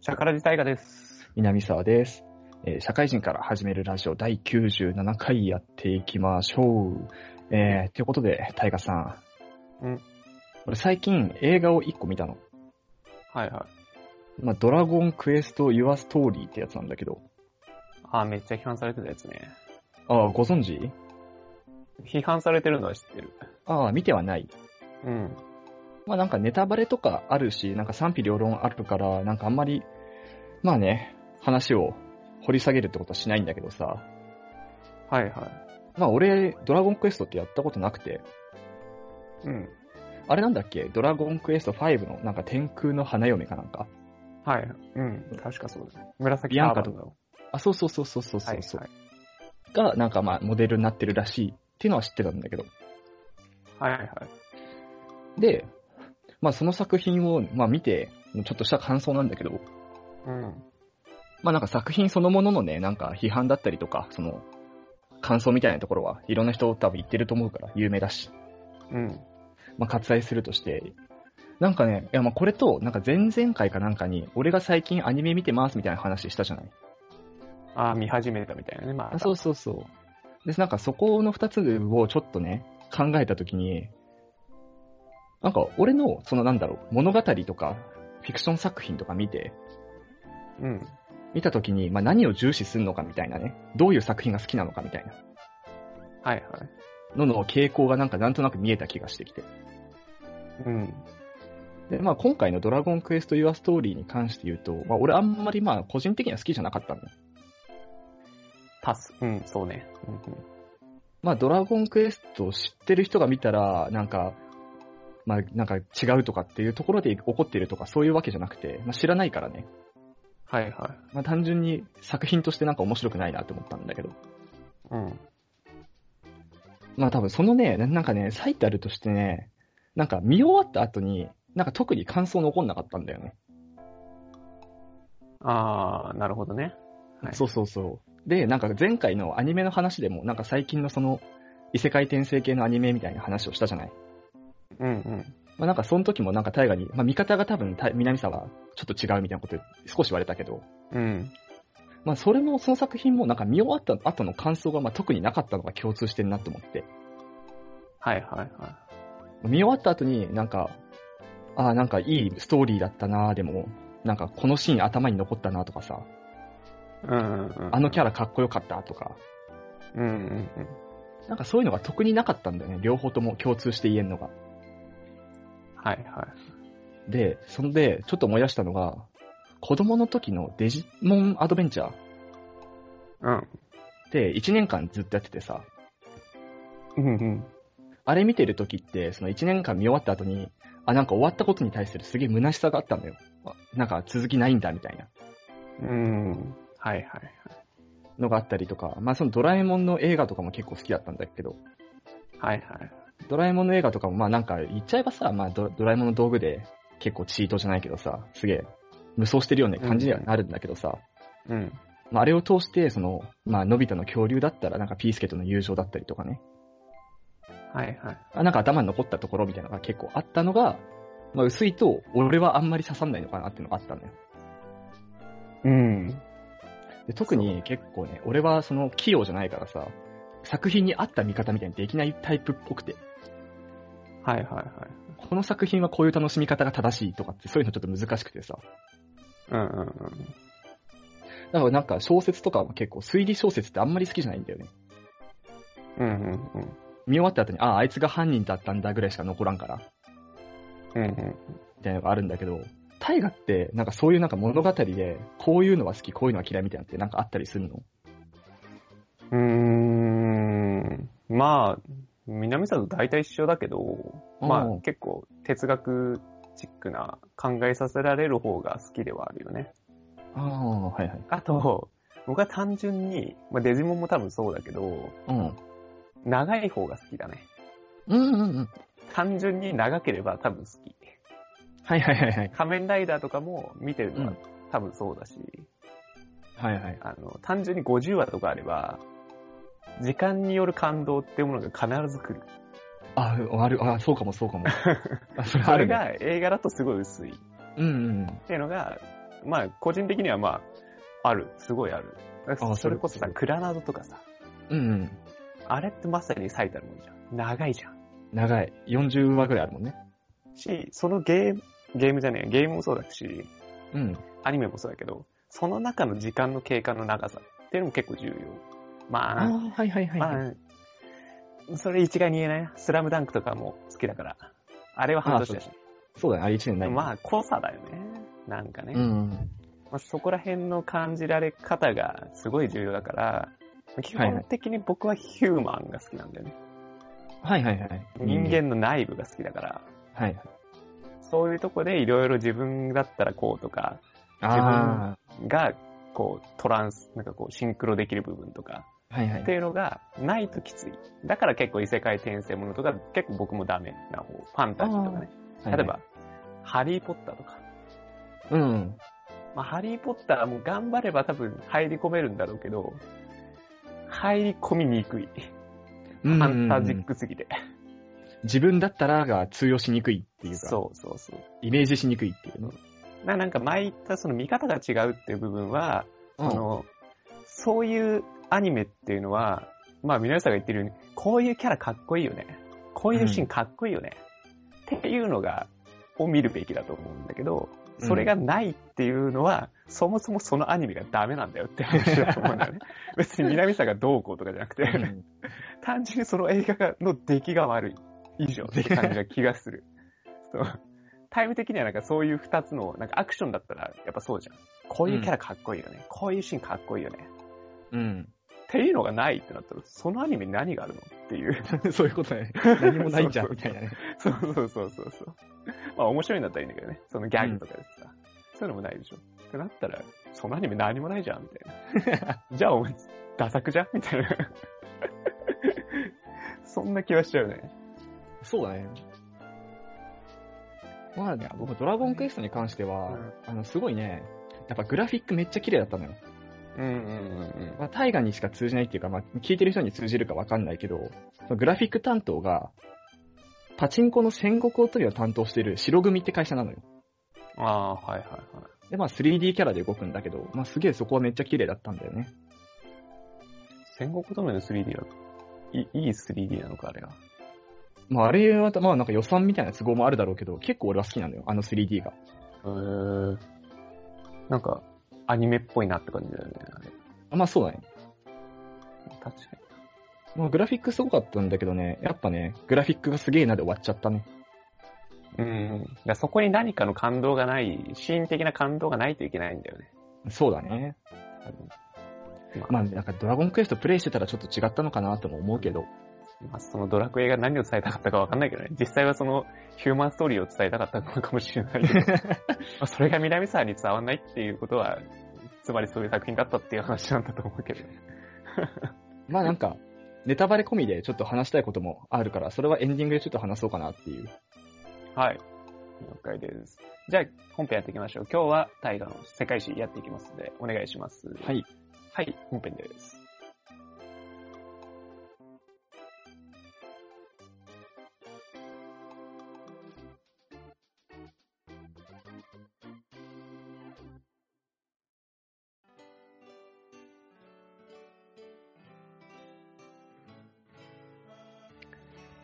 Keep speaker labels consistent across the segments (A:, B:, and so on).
A: シャカラジ大河です。
B: 南沢です、えー社会人から始めるラジオ第97回やっていきましょう。えー、ということで、タイガさん。
A: うん。
B: 俺最近映画を1個見たの。
A: はいはい。
B: まあ、ドラゴンクエスト・ユア・ストーリーってやつなんだけど。
A: あーめっちゃ批判されてたやつね。
B: ああ、ご存知
A: 批判されてるのは知ってる。
B: ああ、見てはない。
A: うん。
B: まあなんかネタバレとかあるし、なんか賛否両論あるから、なんかあんまり、まあね、話を掘り下げるってことはしないんだけどさ。
A: はいはい。
B: まあ俺、ドラゴンクエストってやったことなくて、
A: うん。
B: あれなんだっけドラゴンクエスト5のなんか天空の花嫁かなんか。
A: はい。うん。確かそうです。紫
B: ビアンカ
A: と
B: と
A: だよ。
B: あ、そうそうそうそうそうそう、
A: はい
B: そう
A: はい。
B: がなんかまあモデルになってるらしいっていうのは知ってたんだけど。
A: はいはい。
B: で、まあその作品をまあ見て、ちょっとした感想なんだけど、
A: うん。
B: まあなんか作品そのもののね、なんか批判だったりとか、その感想みたいなところはいろんな人多分言ってると思うから、有名だし、
A: うん。
B: まあ割愛するとして、なんかね、いやまあこれと、なんか前々回かなんかに、俺が最近アニメ見てますみたいな話したじゃない
A: あー見始めたみたいなね。まあ、
B: あそうそうそう。で、なんかそこの二つをちょっとね、考えたときに、なんか俺の、そのなんだろう、物語とか、フィクション作品とか見て、
A: うん。
B: 見たときに、まあ何を重視するのかみたいなね、どういう作品が好きなのかみたいな
A: はいはい。
B: のの傾向がなんかなんとなく見えた気がしてきて。
A: うん。
B: で、まあ今回のドラゴンクエストユアストーリーに関して言うと、まあ俺あんまりまあ個人的には好きじゃなかったのよ。
A: パス。うん、そうね。うん
B: まあ、ドラゴンクエストを知ってる人が見たら、なんか、まあ、なんか違うとかっていうところで起こっているとか、そういうわけじゃなくて、まあ、知らないからね。
A: はいは
B: まあ、単純に作品としてなんか面白くないなって思ったんだけど。
A: い。うん。
B: まあ、多分そのね、ななんかね、最たるとしてね、なんか見終わった後に、なんか特に感想残んなかったんだよね。
A: あーなるほどね。はい
B: そうそうそう。で、なんか前回のアニメの話でも、なんか最近のその、異世界転生系のアニメみたいな話をしたじゃない
A: うんうん。
B: まあ、なんかその時もなんか大河に、まあ、見方が多分た南沢ちょっと違うみたいなこと少し言われたけど、
A: うん。
B: まあ、それもその作品もなんか見終わった後の感想がまあ特になかったのが共通してんなと思って
A: はいはいはい。
B: 見終わった後になんかああなんかいいストーリーだったなーでもなんかこのシーン頭に残ったなとかさ
A: うんうんうん。
B: あのキ
A: ャ
B: ャラかっこよかったとか
A: うんうんうん。
B: なんかそういうのが特になかったんだよね両方とも共通して言えんのが
A: はいはい。
B: でそんでちょっと思い出したのが子供の時のデジモンアドベンチャーっ
A: うん。
B: て1年間ずっとやっててさ
A: うんうん。
B: あれ見てる時って、その1年間見終わった後に、あ、なんか終わったことに対するすげえ虚しさがあったんだよ。あなんか続きないんだみたいな
A: うん。はいはい。
B: のがあったりとか、まあそのドラえもんの映画とかも結構好きだったんだけど、
A: はいはい。
B: ドラえもんの映画とかもまあなんか言っちゃえばさ、まあドドラえもんの道具で結構チートじゃないけどさ、すげえ無双してるような感じにはなるんだけどさ、
A: うん。
B: まああれを通して、その、まあのび太の恐竜だったらなんかピースケとの友情だったりとかね、
A: はいはい。
B: あなんか頭に残ったところみたいなのが結構あったのが、まあ薄いと俺はあんまり刺さんないのかなっていうのがあったんだよ。
A: うん。
B: で特に結構ね、俺はその器用じゃないからさ、作品に合った見方みたいにできないタイプっぽくて、
A: はいはいはい。
B: この作品はこういう楽しみ方が正しいとかって、そういうのちょっと難しくてさ。
A: うんうんうん。
B: だからなんか小説とかは結構推理小説ってあんまり好きじゃないんだよね。
A: うんうんうん。
B: 見終わった後に、ああ、あいつが犯人だったんだぐらいしか残らんから、
A: うんうん。
B: みたいなのがあるんだけど、大河ってなんかそういうなんか物語で、こういうのは好き、こういうのは嫌いみたいなのってなんかあったりするの
A: うーんまあ、南里と大体一緒だけど、ま
B: う
A: あ
B: ん
A: 結構哲学チックな考えさせられる方が好きではあるよね。
B: ああ、はいはい。
A: あと、僕は単純に、まあデジモンも多分そうだけど、
B: うん。
A: 長い方が好きだね。
B: うんうんうん。
A: 単純に長ければ多分好き。
B: はいはいはいはい。
A: 仮面ライダーとかも見てるの
B: う
A: は
B: ん
A: 多分そうだし、
B: はいはい。
A: あの、単純に50話とかあれば、時間による感動っていうものが必ず来る。
B: あ、ある、あ、 そうかもそうかも。あ、それ
A: そ
B: あ
A: れ
B: るね。
A: が映画だとすごい薄い。
B: うんうん。
A: っていうのが、まあ、個人的にはまあ、ある。すごいある。
B: あ
A: それこそ
B: そ
A: さ、
B: れ
A: クラナドとかさ、
B: うんうん。
A: あれってまさに最たるもんじゃん。長いじゃん。
B: 長い。40話ぐらいあるもんね。
A: し、そのゲーム、ゲームじゃねえ、ゲームもそうだし、
B: うん。
A: アニメもそうだけど、その中の時間の経過の長さっていうのも結構重要。まあ、
B: あ、はいはいは
A: まあ、それ一概に言えないな。スラムダンクとかも好きだから。あれは半年だし。
B: そうだね、あれ1年ない。
A: ま
B: あ、
A: あ、濃さだよね。なんかね。
B: うん。
A: まあ、そこら辺の感じられ方がすごい重要だから、基本的に僕はヒューマンが好きなんだよね。
B: はいはいはい。
A: 人。間の内部が好きだから、
B: はい。
A: そういうとこでいろいろ自分だったらこうとか、
B: あ
A: が、こう、トランス、なんかこう、シンクロできる部分とか、
B: あ。はいは
A: って
B: い。
A: いうのがないときつい。だから結構異世界転生ものとか、結構僕もダメな方。ファンタジーとかね。例えば、ハリーポッターとか。
B: はいはい。うん。
A: まあ、ハリーポッターはもう頑張れば多分入り込めるんだろうけど、入り込みにくい。
B: フ
A: ファンタジックすぎて。
B: 自分だったらが通用しにくいっていうか、
A: そうそうそう。
B: イメージしにくいっていうね。
A: ななんか前言ったその見方が違うっていう部分は、
B: うん
A: その、そういうアニメっていうのは、まあ皆さんが言ってるように、こういうキャラかっこいいよね。こういうシーンかっこいいよね。っていうのが、を見るべきだと思うんだけど、
B: うん
A: それがないっていうのは、そもそもそのアニメがダメなんだよって話だと思うん だよね。別に南さんがどうこうとかじゃなく
B: う
A: て、
B: ん
A: 単純にその映画がの出来が悪い以上って感じが気がする。 そう。タイム的にはなんかそういう二つの、なんかアクションだったらやっぱそうじゃん。こういうキャラかっこいいよね。こういうシーンかっこいいよね。
B: うん。
A: っていうのがないってなったら、そのアニメに何があるのっていう。
B: そういうことだね。何もないんじゃん、
A: そう
B: み
A: そ
B: た
A: う
B: いなね。
A: そうそうそうそうそう。まあ面白いんだったらいいんだけどね。そのギャグとかでさ。そういうのもないでしょ。ってなったら、そのアニメ何もないじゃん、みたいな。 じゃあお前、ダサくじゃんみたいな。 そんな気はしちゃうね。
B: そうだね。まあね、僕、ドラゴンクエストに関して
A: う
B: は、
A: ん
B: あの、すごいね、やっぱグラフィックめっちゃ綺麗だったのよ。
A: うんうんうんうん。
B: まあ、大河にしか通じないっていうか、まあ、聞いてる人に通じるかわかんないけど、そのグラフィック担当が、パチンコの戦国を取りを担当してる白組って会社なのよ。
A: ああー、はいはいはい。
B: で、まあ 3D キャラで動くんだけど、まあすげえそこはめっちゃ綺麗だったんだよね。
A: 戦国止めの 3D だと。いいい 3D なのか、あれが。
B: まああれは、まあなんか予算みたいな都合もあるだろうけど、結構俺は好きなのよ、あの 3D が。
A: へーなんか、アニメっぽいなって感じだよね、あれ。
B: あまあそうだね。
A: 確か
B: まあグラフィックすごかったんだけどね、やっぱね、グラフィックがすげえなで終わっちゃったね。
A: に。うん。だからそこに何かの感動がない、シーン的な感動がないといけないんだよね。
B: そうだね。まあなんかドラゴンクエストプレイしてたらちょっと違ったのかなとも思うけど、
A: まあ、そのドラクエが何を伝えたかったかわかんないけどね。実際はその、ヒューマンストーリーを伝えたかったのかもしれないけど。まあそれが南沢に伝わんないっていうことは、つまりそういう作品だったっていう話なんだと思うけどね。
B: まあなんか、ネタバレ込みでちょっと話したいこともあるから、それはエンディングでちょっと話そうかなっていう。
A: はい。了解です。じゃあ、本編やっていきましょう。今日は大河の世界史やっていきますので、お願いします。
B: はい。
A: はい、本編です。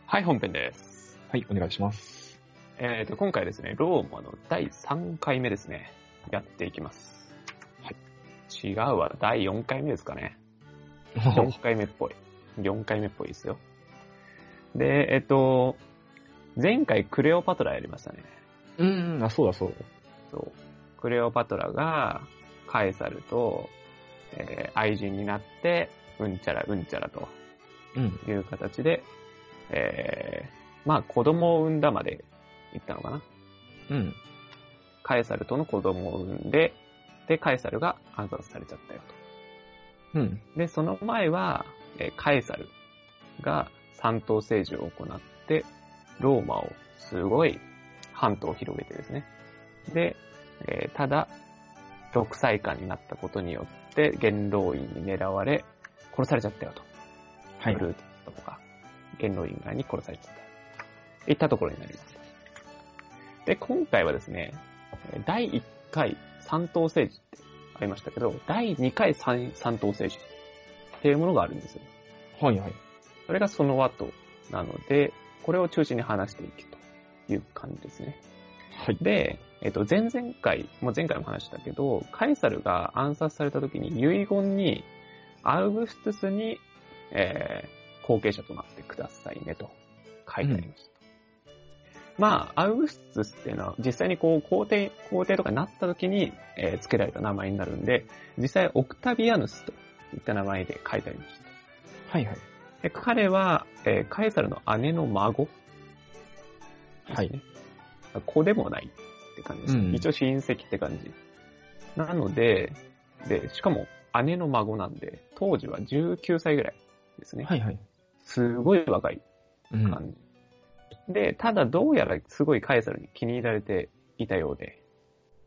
A: はい、本編です。
B: はい、お願いします。
A: えー、と、今回ですね、ローマの第3回目ですね。やっていきます。
B: はい
A: 違うわ、第4回目ですかね。4回目っぽい。4回目っぽいですよ。で、えっと、前回クレオパトラやりましたね。
B: うんうん、あ、そうだそうだ。
A: そう。クレオパトラがカエサルと、えー愛人になって、うんちゃらうんちゃらと
B: うん。
A: いう形で、えー、まあ子供を産んだまで行ったのかな。
B: うん。
A: カエサルとの子供を産んで、で、カエサルが暗殺されちゃったよ
B: うん。
A: と。で、その前は、えーカエサルが三島政治を行って、ローマをすごい半島を広げてですね。で、えーただ、独裁下になったことによって、元老院に狙われ、殺されちゃったよと。
B: はい。
A: ブルートとか、元老院側に殺されちゃった。いったところになります。で、今回はですね、第1回三党政治ってありましたけど、第2回三三党政治っていうものがあるんですよ。
B: はいはい。
A: それがその後なので、これを中心に話していくという感じですね。
B: はい。
A: で、えっと、前々回、もう前回も話したけど、カエサルが暗殺された時に遺言に、アウグストゥスに、えー後継者となってくださいねと書いてありました。まあ、アウグストゥスっていうのは、実際にこう、皇帝、皇帝とかになった時に、えー付けられた名前になるんで、実際、オクタビアヌスといった名前で書いてありました。
B: はいはい。
A: で彼は、えーカエサルの姉の孫ですね。
B: はい
A: 子でもないって感じですね。
B: うん
A: 一応親戚って感じ。なので、で、しかも姉の孫なんで、当時は19歳ぐらいですね。
B: はいはい。
A: すごい若い
B: うん。はい
A: 感じ。で、ただどうやらすごいカエサルに気に入られていたようで、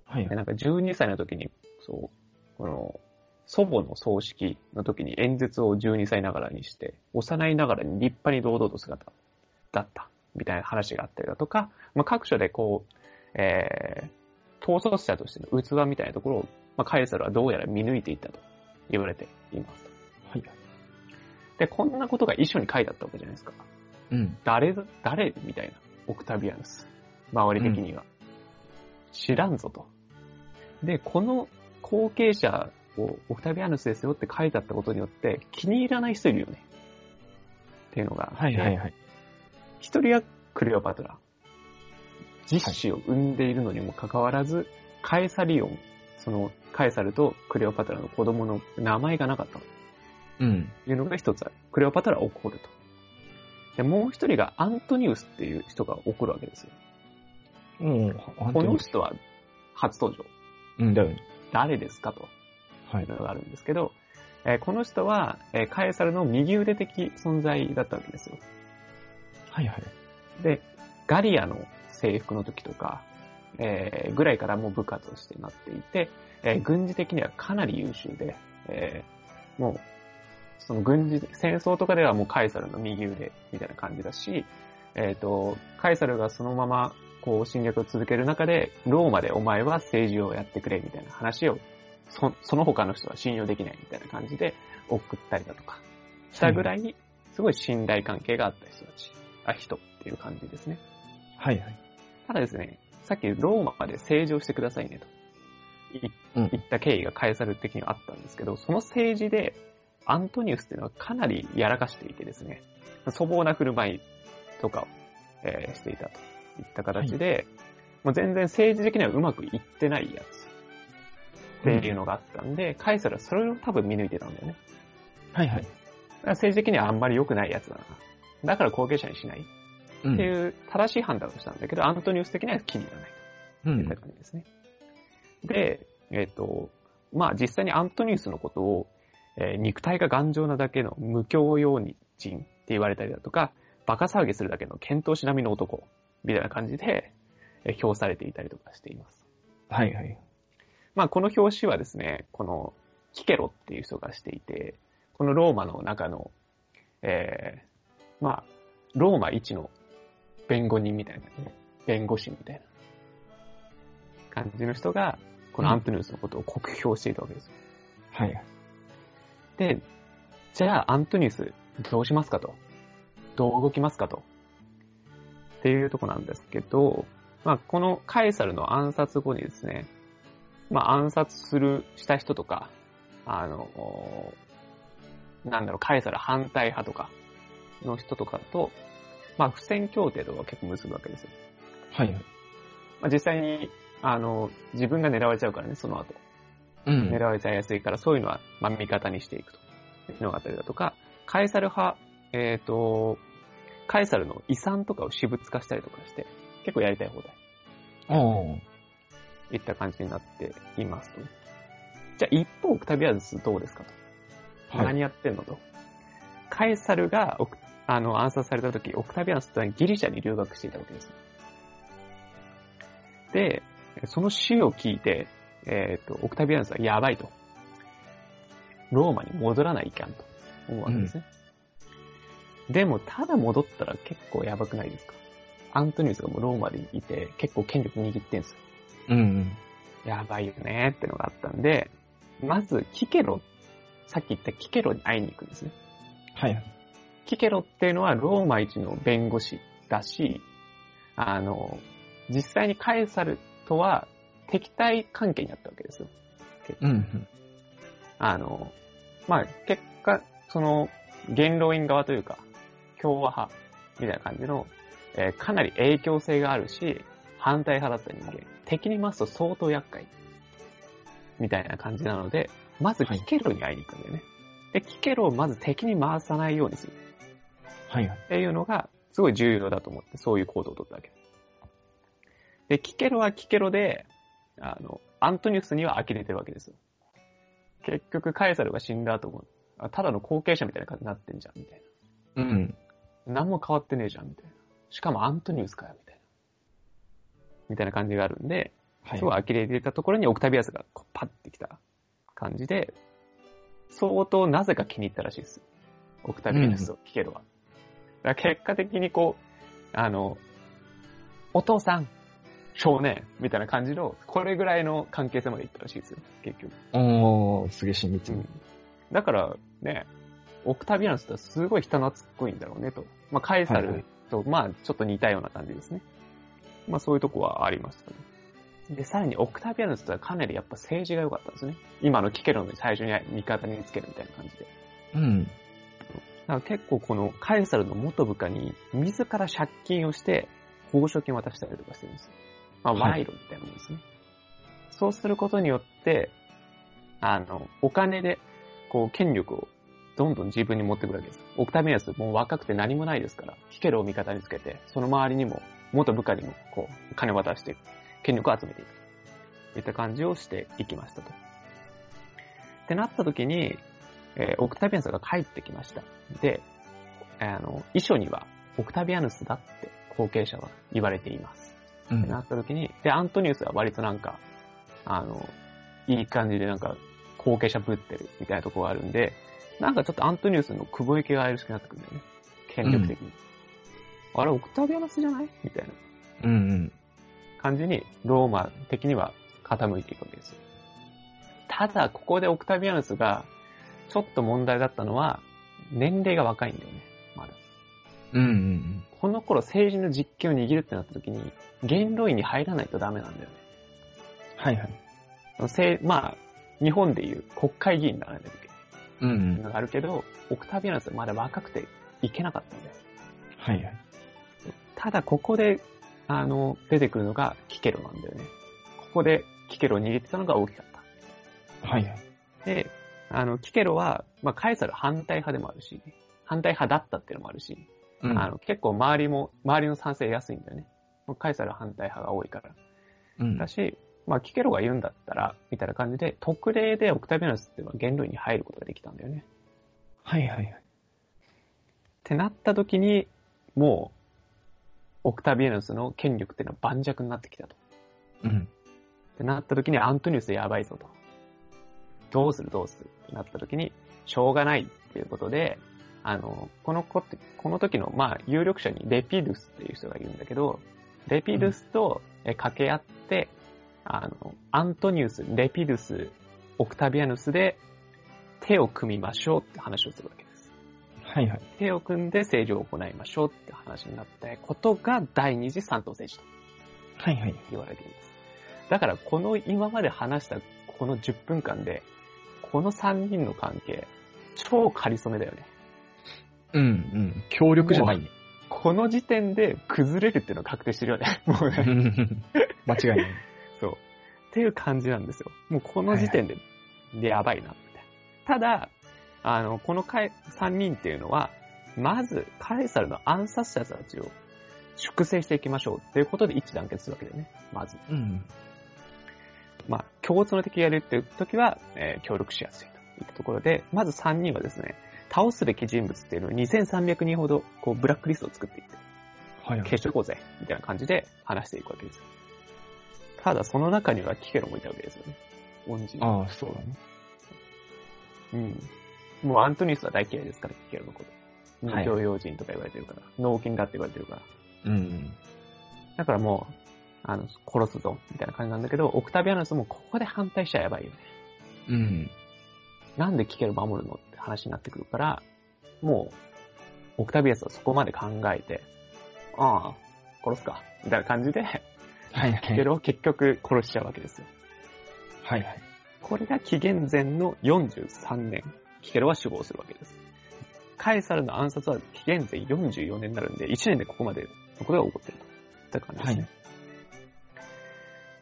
B: はい
A: で。なんか12歳の時に、そう、この、祖母の葬式の時に演説を12歳ながらにして、幼いながらに立派に堂々と姿だった、みたいな話があったりだとか、まあ、各所でこう、えー、統率者としての器みたいなところを、まあ、カエサルはどうやら見抜いていたと言われています。
B: はい。
A: で、こんなことが遺書に書いてあったわけじゃないですか。
B: うん。
A: 誰ぞ、誰みたいな。オクタビアヌス。周り的には。知らんぞと。で、この後継者をオクタビアヌスですよって書いてあったことによって、気に入らない人いるよね。っていうのが、
B: はいはいはい。
A: 一人はクレオパトラ。実子を生んでいるのにもかかわらず、カエサリオン、そのカエサルとクレオパトラの子供の名前がなかったの
B: うん。
A: というのが一つある。クレオパトラは怒ると。で、もう一人がアントニウスっていう人が怒るわけですよ。
B: うん。本
A: こ
B: 当
A: の
B: に。
A: 人は初登場。
B: うん、だよね。
A: 誰ですかと。
B: はいいう
A: のがあるんですけど、えーこの人は、えーカエサルの右腕的存在だったわけですよ。
B: はいはい。
A: で、ガリアの征服の時とか、えーぐらいからもう部下としてなっていて、えー軍事的にはかなり優秀で、えーもう、その軍事、戦争とかではもうカエサルの右腕みたいな感じだし、えっ、と、カエサルがそのままこう侵略を続ける中で、ローマでお前は政治をやってくれみたいな話を、そその他の人は信用できないみたいな感じで送ったりだとかしたぐらい、すごい信頼関係があった人たち。あ、人っていう感じですね。
B: はいはい。
A: ただですね、さっきローマまで政治をしてくださいねとい
B: うん
A: 言った経緯がカエサル的にはあったんですけど、その政治でアントニウスっていうのはかなりやらかしていてですね、粗暴な振る舞いとかを、えーしていたといった形で、もう全然政治的にはうまくいってないやつっていうのがあったんで、カエサルはそれを多分見抜いてたんだよね。
B: はいは
A: だ
B: い。
A: から政治的にはあんまり良くないやつだな。だから後継者にしない
B: うん。
A: っていう正しい判断をしたんだけど、アントニウス的には気に入らない
B: うん。
A: といった感じですね。で、えっ、と、まあ実際にアントニウスのことを、えー肉体が頑丈なだけの無教養人って言われたりだとか、バカ騒ぎするだけの見当しなみの男みたいな感じで、えー評されていたりとかしています。
B: はいはい。
A: まあ、この表紙はですね、この、キケロっていう人がしていて、このローマの中の、えー、まあ、ローマ一の弁護人みたいなね、弁護士みたいな感じの人が、このアントニウスのことを酷評していたわけですよ。
B: はいはい。
A: で、じゃあアントニウスどうしますかと。どう動きますかと。っていうとこなんですけど、まあ、このカエサルの暗殺後にですね、まあ、暗殺する、した人とか、あの、なんだろう、カエサル反対派とかの人とかと、まあ、不戦協定とかを結構結ぶわけですよ。
B: はいはい。
A: まあ、実際に、あの、自分が狙われちゃうからね、その後。
B: うん。
A: 狙われちゃいやすいから、そういうのは、まあ、味方にしていくと。いうのがあったりだとか、カエサル派、えっ、と、カエサルの遺産とかを私物化したりとかして、結構やりたい放題、
B: おー
A: いった感じになっていますと。じゃあ一方、オクタビアヌスどうですかと。
B: はい
A: 何やってんのと。カエサルがオク、あの、暗殺された時、オクタビアヌスってのはギリシャに留学していたわけです。で、その死を聞いて、えっ、と、オクタビアヌスはやばいと。ローマに戻らないかんと思うわけですね。でも、ただ戻ったら結構やばくないですかアントニウスがもうローマでいて、結構権力握ってんすよ。
B: うんうん。
A: やばいよねってのがあったんで、まず、キケロ、さっき言ったキケロに会いに行くんですね。
B: はい。
A: キケロっていうのはローマ一の弁護士だし、あの、実際にカエサルとは敵対関係にあったわけですよ。
B: うんうん。
A: あの、まあ、結果、その、元老院側というか、共和派みたいな感じの、えーかなり影響性があるし、反対派だった人間、敵に回すと相当厄介。みたいな感じなので、まず
B: はい
A: キケロに会いに行くんだよね。で、キケロをまず敵に回さないようにする。
B: はいはい。
A: っていうのが、すごい重要だと思って、そういう行動を取ったわけ。で、キケロはキケロで、あの、アントニウスには呆れてるわけですよ。結局、カエサルが死んだ後も、あただの後継者みたいな感じになってんじゃん、みたい
B: うん。
A: な。何も変わってねえじゃん、みたいな。しかもアントニウスかよ、みたいな。みたいな感じがあるんで、
B: はい。
A: すごい呆れてたところにオクタビアスがこうパッてきた感じで、相当なぜか気に入ったらしいです。オクタビアスを聞けるわ。だから結果的にこう、あの、お父さん、少年、みたいな感じの、これぐらいの関係性までいったらしいですよ、結局。
B: おー、すげえ親密
A: うんだからね、オクタビアヌスとはすごい人懐っこいんだろうねと。まあ、カエサ
B: はいはい
A: ルと、まあ、ちょっと似たような感じですね。まあ、そういうとこはありましたね。で、さらにオクタビアヌスとはかなりやっぱ政治が良かったんですね。今のキケロの最初に味方につけるみたいな感じで。
B: うん。
A: だから結構このカエサルの元部下に自ら借金をして報奨金を渡したりとかしてるんですよ。まあ、
B: は
A: 賄
B: い
A: 賂みたいなもんですね。そうすることによって、あの、お金で、こう、権力をどんどん自分に持ってくるわけです。オクタビアス、もう若くて何もないですから、キケロを味方につけて、その周りにも、元部下にも、こう、金を渡して、権力を集めていく。いった感じをしていきましたと。ってなった時に、えーオクタビアヌスが帰ってきました。で、あの、遺書には、オクタビアヌスだって後継者は言われています。
B: う
A: ってなった時に、で、アントニウスは割となんか、あの、いい感じでなんか、後継者ぶってるみたいなところがあるんで、なんかちょっとアントニウスのくぼいけが怪しくなってくるんだよね。権力的に。あれ、オクタビアヌスじゃないみたいな
B: うんうん。
A: 感じに、ローマ的には傾いていくわけですよ。ただ、ここでオクタビアヌスが、ちょっと問題だったのは、年齢が若いんだよね。まだ。
B: うんうん
A: この頃政治の実権を握るってなった時に、元老院に入らないとダメなんだよね。
B: はいはい。
A: せまあ、日本でいう国会議員だね、
B: うんう。
A: っていうんのがあるけど、オクタビアヌスはまだ若くていけなかったんだよ。
B: はいはい。
A: ただ、ここで、あの、出てくるのがキケロなんだよね。ここでキケロを握ってたのが大きかった。
B: はいはい。
A: で、あの、キケロは、まあ、カエサル反対派でもあるし、反対派だったっていうのもあるし、
B: うん
A: あの結構周りも、周りの賛成安いんだよね。まあカエサル反対派が多いから。
B: うん
A: だし、まあ、キケロが言うんだったら、みたいな感じで、特例でオクタビアヌスっていうのは元老院に入ることができたんだよね。
B: はいはいはい。
A: ってなった時に、もう、オクタビアヌスの権力っていうのは盤石になってきたと。
B: うん。
A: ってなった時にアントニウスやばいぞと。どうするどうするってなった時に、しょうがないっていうことで、あの、この子って、この時の、まあ、有力者にレピドゥスっていう人がいるんだけど、レピドゥスとえ掛け合って、あの、アントニウス、レピドゥス、オクタビアヌスで手を組みましょうって話をするわけです。
B: はいはい。
A: 手を組んで政治を行いましょうって話になったことが第二次三党政治と。
B: はいはい。
A: 言われています。だからこの今まで話したこの10分間で、この3人の関係、超仮初めだよね。
B: うんうん。協力じゃないね。
A: この時点で崩れるっていうのは確定してるよね。 もうね。
B: 間違いない。
A: そう。っていう感じなんですよ。もうこの時点で、でやばいな、みたいな。ただ、あの、この回3人っていうのは、まず、カエサルの暗殺者たちを粛清していきましょうっていうことで一致団結するわけだよね。まず。
B: うん。
A: まあ、共通の敵がいるっていう時は、えー協力しやすいといったところで、まず3人はですね、倒すべき人物っていうのを2300人ほど、こう、ブラックリストを作っていって、
B: はいはい
A: 消。していこうぜ、みたいな感じで話していくわけですよ。ただ、その中にはキケロもいたわけですよね。恩人。
B: ああ、そうだね。
A: うん。もうアントニウスは大嫌いですから、キケロのこと。
B: は
A: 無
B: い
A: 教用人とか言われてるから、脳筋だって言われてるから。
B: うん。
A: だからもう、あの、殺すぞ、みたいな感じなんだけど、オクタビアヌスもここで反対しちゃやばいよね。
B: うん。
A: なんでキケル守るのって話になってくるから、もう、オクタビアスはそこまで考えて、ああ、殺すか、みたいな感じで、
B: はいは
A: キケ
B: い。
A: ルを結局殺しちゃうわけですよ。
B: はいはい。
A: これが紀元前の43年、キケルは死亡するわけです。カエサルの暗殺は紀元前44年になるんで、1年でここまでのことが起こってると。いう感じですね。
B: は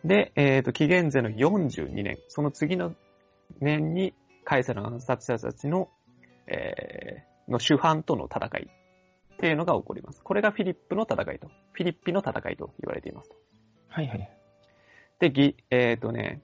A: で、えっ、と、紀元前の42年、その次の年にカエサルの暗殺者たちの、えーの主犯との戦いっていうのが起こります。これがフィリップの戦いと、フィリッピの戦いと言われています。
B: はいはい。
A: で、ギ、えっ、とね、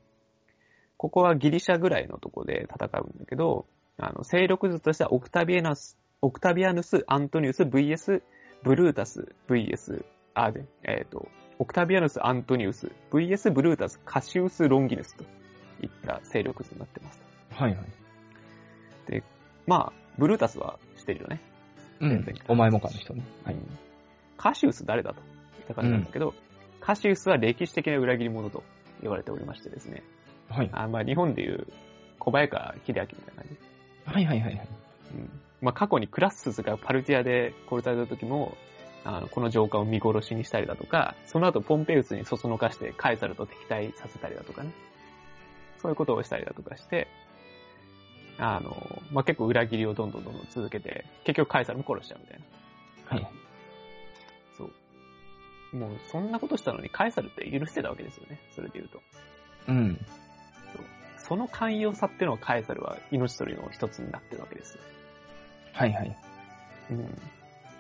A: ここはギリシャぐらいのとこで戦うんだけど、あの、勢力図としてはオクタビエナス、オクタビアヌス、アントニウス VS、ブルータス VS、あ、で、えっ、と、オクタビアヌス、アントニウス VS、ブルータス、カシウス、ロンギヌスといった勢力図になってます。
B: はいはい。
A: まあ、ブルータスはしてるよね。
B: うん。お前もかの人ね。はい。
A: カシウス誰だといった感じなんだけど、カシウスは歴史的な裏切り者と言われておりましてですね。
B: はい。
A: あまあ、日本でいう小早川秀明みたいな感じ。
B: はいはいはいはい。
A: うんまあ、過去にクラッスズがパルティアで殺された時も、あの、この上官を見殺しにしたりだとか、その後ポンペウスにそそのかしてカエサルと敵対させたりだとかね。そういうことをしたりだとかして、あの、まあ、結構裏切りをどんどんどんどん続けて、結局カエサルも殺しちゃうみたいな。
B: はい。
A: そう。もうそんなことしたのにカエサルって許してたわけですよね。それで言うと。
B: うん。
A: その寛容さっていうのをカエサルは命取りの一つになってるわけですよ
B: はいはい。
A: うん。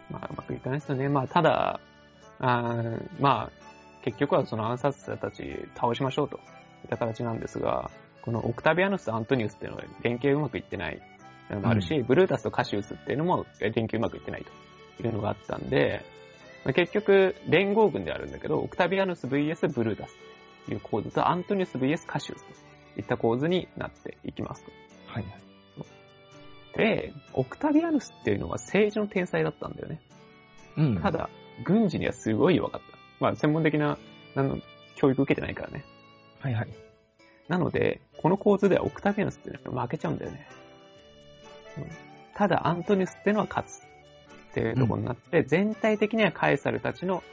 A: まあ、うまくいかないですよね。まあ、ただ、あーまあ、結局はその暗殺者たち倒しましょうといった形なんですが、このオクタビアヌスとアントニウスっていうのは連携うまくいってないのもあるし、ブルータスとカシウスっていうのも連携うまくいってないというのがあったんで、まあ結局、連合軍であるんだけど、オクタビアヌス VS ブルータスという構図と、アントニウス VS カシウスといった構図になっていきますと。
B: はいはい。
A: で、オクタビアヌスっていうのは政治の天才だったんだよね。
B: うん。
A: た。だ、軍事にはすごい弱かった。まあ、専門的な、なんの教育受けてないからね。
B: はいはい。
A: なので、この構図ではオクタビアヌスっていうのは負けちゃうんだよね。うんただ、アントニウスっていうのは勝つ。っていうところになって、全体的にはカエサルたちの、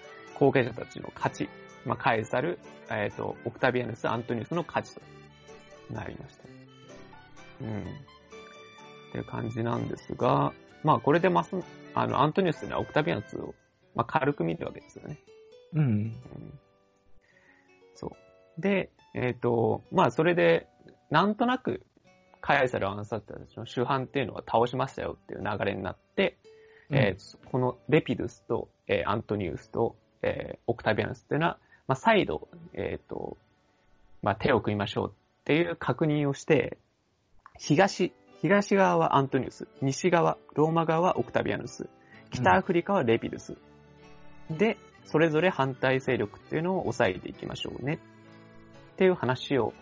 A: 後継者たちの勝ち。まあ、カエサル、えっ、と、オクタビアヌス、アントニウスの勝ちとなりました。うん。っていう感じなんですが、まあ、これでます、あの、アントニウスっていうのはオクタビアヌスを、まあ、軽く見るわけですよね。
B: うん。
A: うんそう。で、えっ、と、まあ、それで、なんとなく、カエサル暗殺者たちの主犯っていうのは倒しましたよっていう流れになって、えーこのレピドゥスと、えーアントニウスと、えーオクタビアヌスっていうのは、まあ、再度、えっ、と、まあ、手を組みましょうっていう確認をして、東、東側はアントニウス、西側、ローマ側はオクタビアヌス、北アフリカはレピドゥス。で、それぞれ反対勢力っていうのを抑えていきましょうね。っていう話を、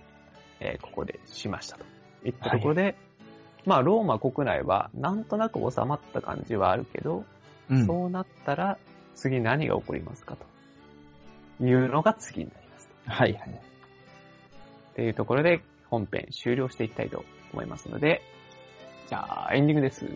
A: えーここでしましたと。いったところで、まあ、ローマ国内はなんとなく収まった感じはあるけど、
B: うん。
A: そうなったら次何が起こりますかというのが次になります。
B: はいはい。
A: っていうところで本編終了していきたいと思いますので、じゃあエンディングです。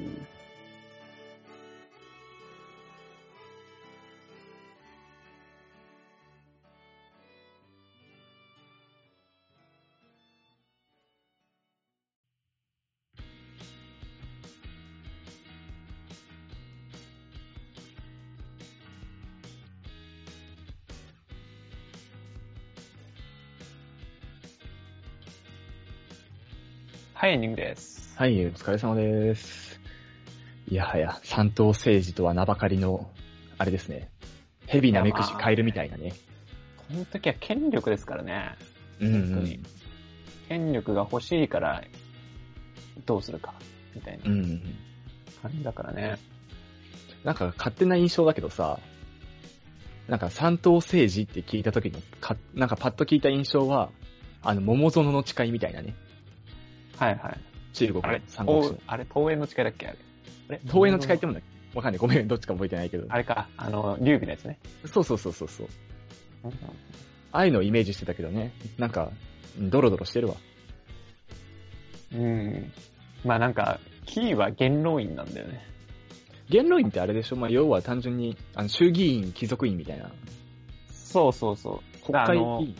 A: はい、エンディングです。
B: はい、お疲れ様です。いやはや、三党政治とは名ばかりの、あれですね。蛇なめくじカエルみたいなね。
A: この時は権力ですからね。
B: うんう
A: 本当に
B: ん。
A: 権力が欲しいからどうするか、みたい
B: うんう。
A: なん感じだからね。
B: なんか勝手な印象だけどさ、なんか三党政治って聞いた時のか、なんかパッと聞いた印象は、あの、桃園の誓いみたいなね。
A: はいはい。
B: 中国
A: あれ、
B: 三国志の
A: おあれ、東映の誓いだっけあれ。あれ
B: 東映の誓いってもんだわかんない。ごめん、どっちか覚えてないけど。
A: あれか、あの、劉備のやつね。
B: そうそうそうそうそう。
A: うんうん
B: ああいうのをイメージしてたけどね。なんか、うんドロドロしてるわ。
A: うん。まあなんか、キーは元老院なんだよね。
B: 元老院ってあれでしょまあ、要は単純に、あの、衆議院、貴族院みたいな。
A: そうそうそう。
B: 国会
A: あ
B: 議
A: の
B: 員。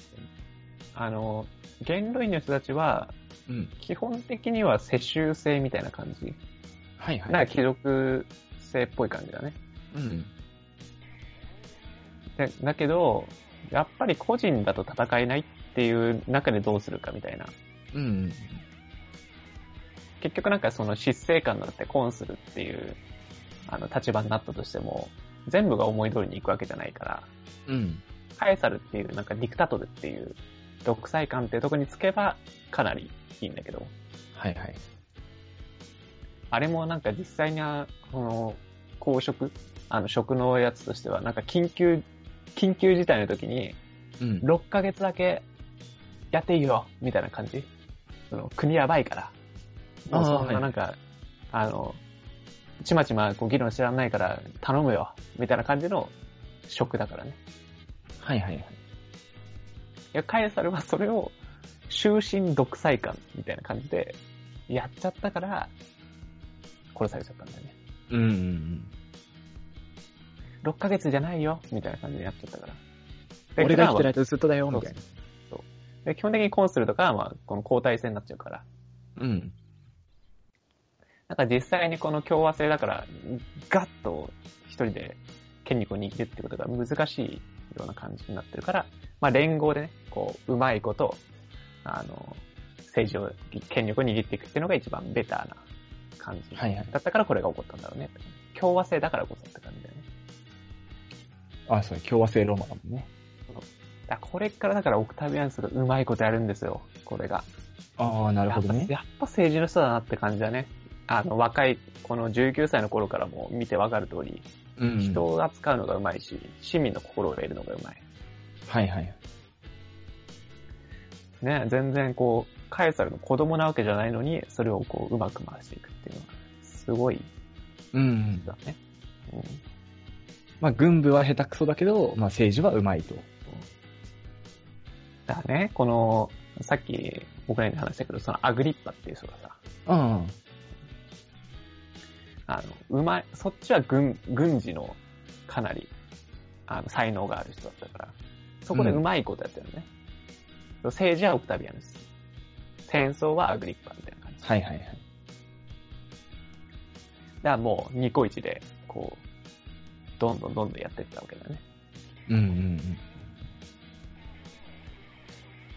A: あの、元老院の人たちは、
B: うん。
A: 基本的には世襲制みたいな感じ。
B: はいはい。
A: なんか貴族制っぽい感じだね。
B: うん。
A: でだけど、やっぱり個人だと戦えないっていう中でどうするかみたいな。
B: うん。
A: 結局なんかその失勢感になってコンするっていう、あの立場になったとしても、全部が思い通りに行くわけじゃないから、
B: うん。
A: カエサルっていうなんかディクタトルっていう独裁感っていうとこにつけばかなりいいんだけど、
B: はいはい。
A: あれもなんか実際には、この、公職、あの、職のやつとしては、なんか緊急、緊急事態の時に、
B: うん。
A: 6ヶ月だけやっていいよ、みたいな感じ。その、国やばいから。もう
B: あー
A: そんななんか、あの、ちまちまこう議論知らないから頼むよ、みたいな感じの職だからね。
B: はいはいは
A: い
B: い。
A: や、カエサルはそれを終身独裁官みたいな感じで、やっちゃったから、殺されちゃったんだよね。
B: うんうんうん。
A: 6ヶ月じゃないよ、みたいな感じになっちゃったから。で
B: 俺が生きてる
A: 普段は
B: 間ずっとだよ、みたいな。
A: で基本的にコンするとかは、まあ、この交代制になっちゃうから。
B: うん。
A: だから実際にこの共和制だから、ガッと一人で権力を握るってことが難しいような感じになってるから、まあ連合でね、こう、うまいこと、あの、政治を、権力を握っていくっていうのが一番ベターな感じ。
B: はいはい
A: だったからこれが起こったんだろうね。共和制だからこそって感じだよね。
B: あ、そう、共和制ローマだもんね。
A: だからこれからだからオクタビアヌスがうまいことやるんですよ、これが。
B: ああ、なるほどね。
A: やっぱやっぱ政治の人だなって感じだね。あの、若い、この19歳の頃からも見てわかる通り、
B: うん
A: 人を扱うのがうまいし、市民の心を得るのがうまい。
B: はいはい。
A: ね、全然こう、カエサルの子供なわけじゃないのに、それをこう、うまく回していくっていうのは、すごい
B: うんうん。
A: だね。うん。
B: まあ、軍部は下手くそだけど、まあ、政治はうまいと。
A: だからね、この、さっき僕らに話したけど、そのアグリッパっていう人がさ、
B: うん。
A: あの、うまい、そっちは軍、軍事の、かなり、あの、才能がある人だったから、そこでうまいことやってるのね。政治はオクタビアヌス。戦争はアグリッパみたいな感じ。
B: はいはいはい。
A: だからもう、ニコイチで、こう、どんどんどんどんやってったわけだね。
B: うんうんうん。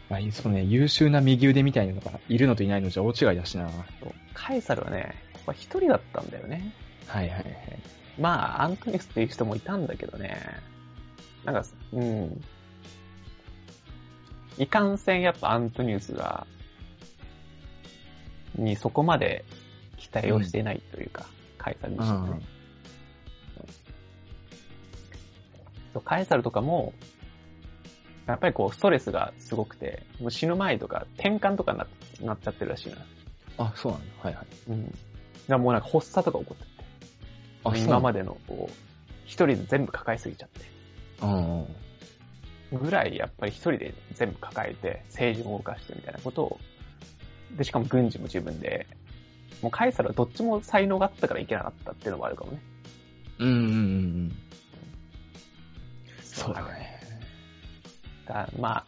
B: まあ、いいそうね、優秀な右腕みたいなのがいるのといないのじゃ大違いだしな。はい
A: そうカエサルはね、ここは一人だったんだよね。
B: はいはい。
A: まあ、アントニウスっていう人もいたんだけどね。なんか、うん。いかんせんやっぱアントニウスが、にそこまで期待をしてないというか、カエサル自身がね。そうカエサルとかも、やっぱりこう、ストレスがすごくて、もう死ぬ前とか、転換とかななっちゃってるらしいな。
B: あ、そうなんだ。はいはい。
A: うん。だからもうなんか発作とか起こってて。
B: あ、そ
A: 今
B: うなんだ。
A: までのこう、一人で全部抱えすぎちゃって。
B: うんうん。
A: ぐらいやっぱり一人で全部抱えて政治も動かしてみたいなことを、で、しかも軍事も自分で、もうカエサルはどっちも才能があったからいけなかったっていうのもあるかもね。
B: うんうんうんうん。そうだ
A: の中で
B: ね。
A: だからまあ、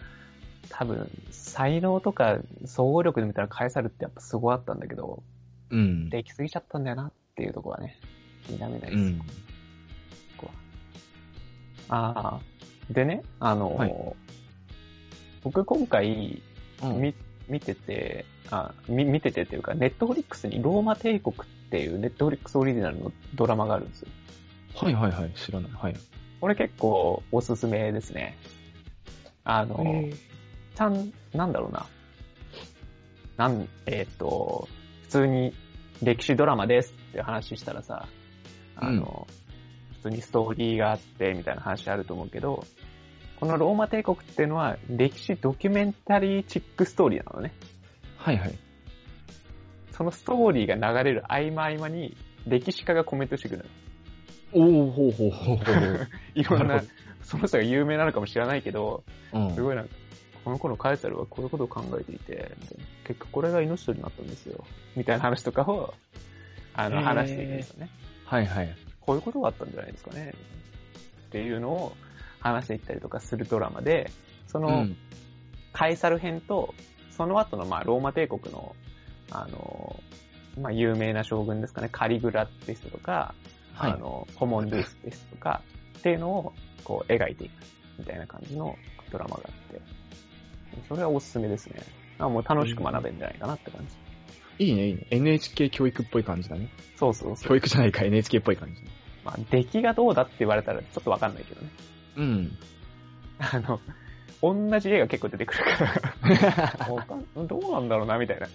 A: 多分、才能とか総合力で見たらカエサルってやっぱすごかったんだけど、
B: うん。
A: できすぎちゃったんだよなっていうところはね、否めないうです、
B: ん。
A: ここは。ああ、でね、あの、
B: はい
A: 僕今回、
B: うん
A: み見ててあみ、見ててっていうか、ネットフリックスにローマ帝国っていうネットフリックスオリジナルのドラマがあるんですよ。
B: はいはいはい。知らない。はい。
A: これ結構おすすめですね。あの、ちゃん、なんだろうな。なん、えーっ、と、普通に歴史ドラマですっていう話したらさ、あの、普通にストーリーがあってみたいな話あると思うけど、このローマ帝国っていうのは歴史ドキュメンタリーチックストーリーなのね。
B: はいはい。
A: そのストーリーが流れる合間合間に、歴史家がコメントしてくるの。
B: おおほうほうほうほう。
A: いろん
B: な
A: な
B: る
A: その人が有名なのかもしれないけど、
B: うん
A: すごいなんか、この頃カエサルはこういうことを考えていて、みたいな結果これが命取りになったんですよ。みたいな話とかを、あ
B: へ
A: の、
B: ー
A: 話していくんですよね。
B: はいはい。
A: こういうことがあったんじゃないですかね。っていうのを話していったりとかするドラマで、そうの、
B: ん。
A: カエサル編と、その後の、まあ、ローマ帝国の、あの、まあ、有名な将軍ですかね、カリグラですとか、
B: はい
A: あの、コモンディウスですとか、っていうのを、こう、描いていく、みたいな感じのドラマがあって、それはおすすめですね。あもう楽しく学べるんじゃないかなって感じ。
B: いいね、いいね。NHK 教育っぽい感じだね。
A: そうそうそう。
B: 教育じゃないか、NHK っぽい感じ。
A: まあ、出来がどうだって言われたらちょっとわかんないけどね。
B: うん。
A: あの、同じ絵が結構出てくるから。わかんどうなんだろうな、みたいな。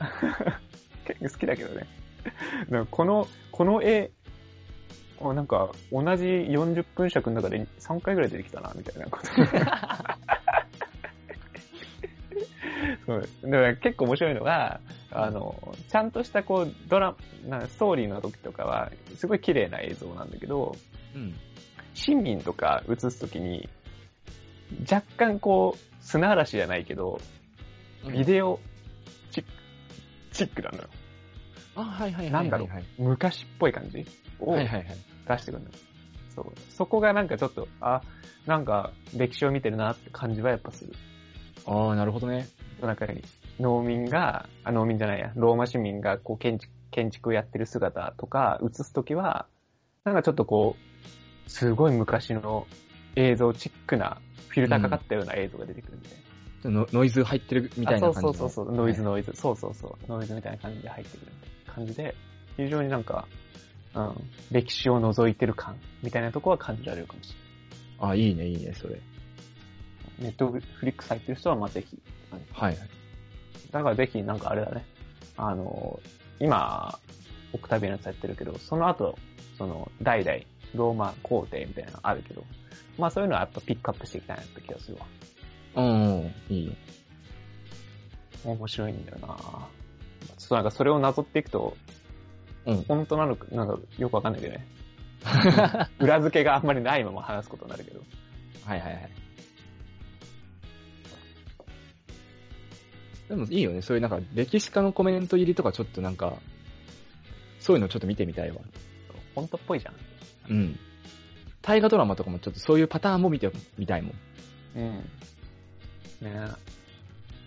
A: 結構好きだけどね。なんかこの、この絵、あなんか、同じ40分尺の中で3回ぐらい出てきたな、みたいなこと。そうだから結構面白いのが、あの、ちゃんとしたこう、ドラマ、なんかストーリーの時とかは、すごい綺麗な映像なんだけど、
B: うん。
A: 市民とか映すときに、若干こう、砂嵐じゃないけど、ビデオチック、チックなのよ。
B: あ、はいはいはいはい。
A: なんだろう
B: はい
A: 昔っぽい感じを
B: はい
A: 出
B: はいはい。
A: してくるのよ。そう。そこがなんかちょっと、あ、なんか歴史を見てるなって感じはやっぱする。
B: ああ、なるほどね。
A: なんか農民が、あ、農民じゃないや、ローマ市民がこう建築、建築をやってる姿とか映すときは、なんかちょっとこう、すごい昔の映像チックな、フィルターかかったような映像が出てくるんで。
B: ノノイズ入ってるみたいな感じ
A: あそ
B: の。
A: うそうそうそう、ノイズノイズ。そうそうそう、ノイズみたいな感じで入ってくる感じで、非常になんか、うん、歴史を覗いてる感みたいなとこは感じられるかもし
B: あ、いいね、いいね、それ。
A: れない。ネットフリックス入ってる人はまあぜひ。
B: はい。
A: だからぜひなんかあれだね、あの、今、オクタビアヌスやってるけど、その後、その、代々、ローマ皇帝みたいなのあるけど、まあそういうのはやっぱピックアップしていきたいなって気がするわ。
B: うん、うんいいね。
A: 面白いんだよなちょっとなんかそれをなぞっていくと、
B: うん
A: 本当なのか、なんかよくわかんないけど ね。裏付けがあんまりないまま話すことになるけど。
B: はいはいはい。でもいいよね、そういうなんか歴史家のコメント入りとかちょっとなんか、そういうのちょっと見てみたいわ。
A: 本当っぽいじゃん。
B: うん。大河ドラマとかもちょっとそういうパターンも見てみたいもん。
A: うん。ねえ。